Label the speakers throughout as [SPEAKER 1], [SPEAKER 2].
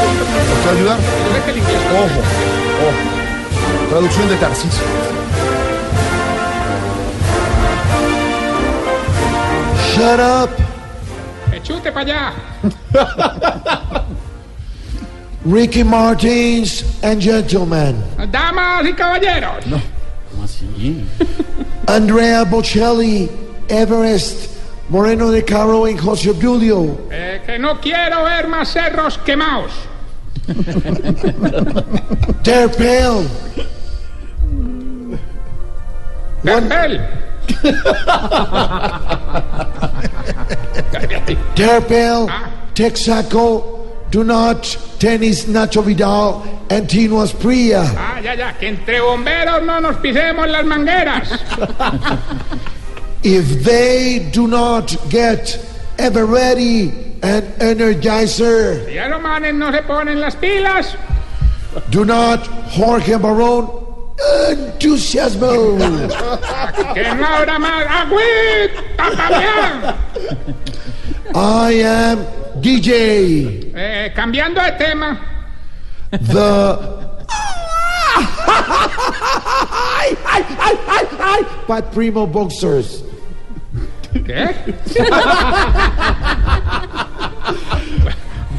[SPEAKER 1] te va a ayudar. Ojo, ojo. Traducción de Tarsis. Shut up.
[SPEAKER 2] ¡Chute para allá!
[SPEAKER 3] Ricky Martins and gentlemen,
[SPEAKER 2] ¡Damas y caballeros!
[SPEAKER 3] Andrea Bocelli, Everest, Moreno de Caro and José Obdulio.
[SPEAKER 2] Eh, que no quiero ver más cerros quemados.
[SPEAKER 3] Terpel,
[SPEAKER 2] Garbel.
[SPEAKER 3] Terpel, Texaco, Dunot, Tenis, Nacho Vidal, and Tino Asprilla.
[SPEAKER 2] Ah, ya, ya, que entre bomberos no nos pisemos las mangueras.
[SPEAKER 3] If they do not get ever ready and energizer,
[SPEAKER 2] Ya los manes no se ponen las pilas.
[SPEAKER 3] do not Jorge Barón enthusiasmo.
[SPEAKER 2] Que no habrá más agüita para allá.
[SPEAKER 3] I am DJ,
[SPEAKER 2] Eh, cambiando de tema.
[SPEAKER 3] the. But primo boxers.
[SPEAKER 2] ¿Qué?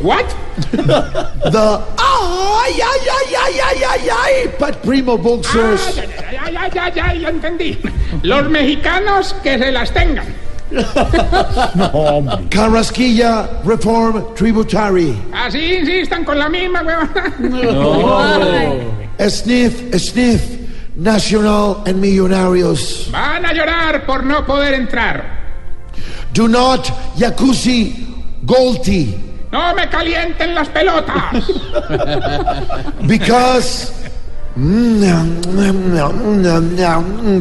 [SPEAKER 2] What?
[SPEAKER 3] The ay ay ay ay ay ay ay Pat Primo Boxers.
[SPEAKER 2] Ay, ay, ay, ay, ay, ya entendí. Los mexicanos que se las tengan.
[SPEAKER 3] Carrasquilla Reform Tributary.
[SPEAKER 2] Así insistan con la misma, huevona.
[SPEAKER 3] Sniff Sniff National and Millonarios.
[SPEAKER 2] Van a llorar por no poder entrar.
[SPEAKER 3] Do not Yakuzi Golti
[SPEAKER 2] No me calienten las pelotas.
[SPEAKER 3] because Mm,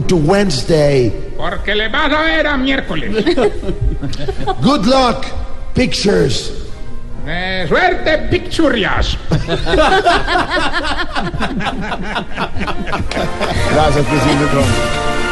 [SPEAKER 3] to Wednesday.
[SPEAKER 2] Porque les vas a ver a miércoles.
[SPEAKER 3] Good luck pictures.
[SPEAKER 2] Eh, suerte, pichurrias.
[SPEAKER 1] Gracias, presidente Trump.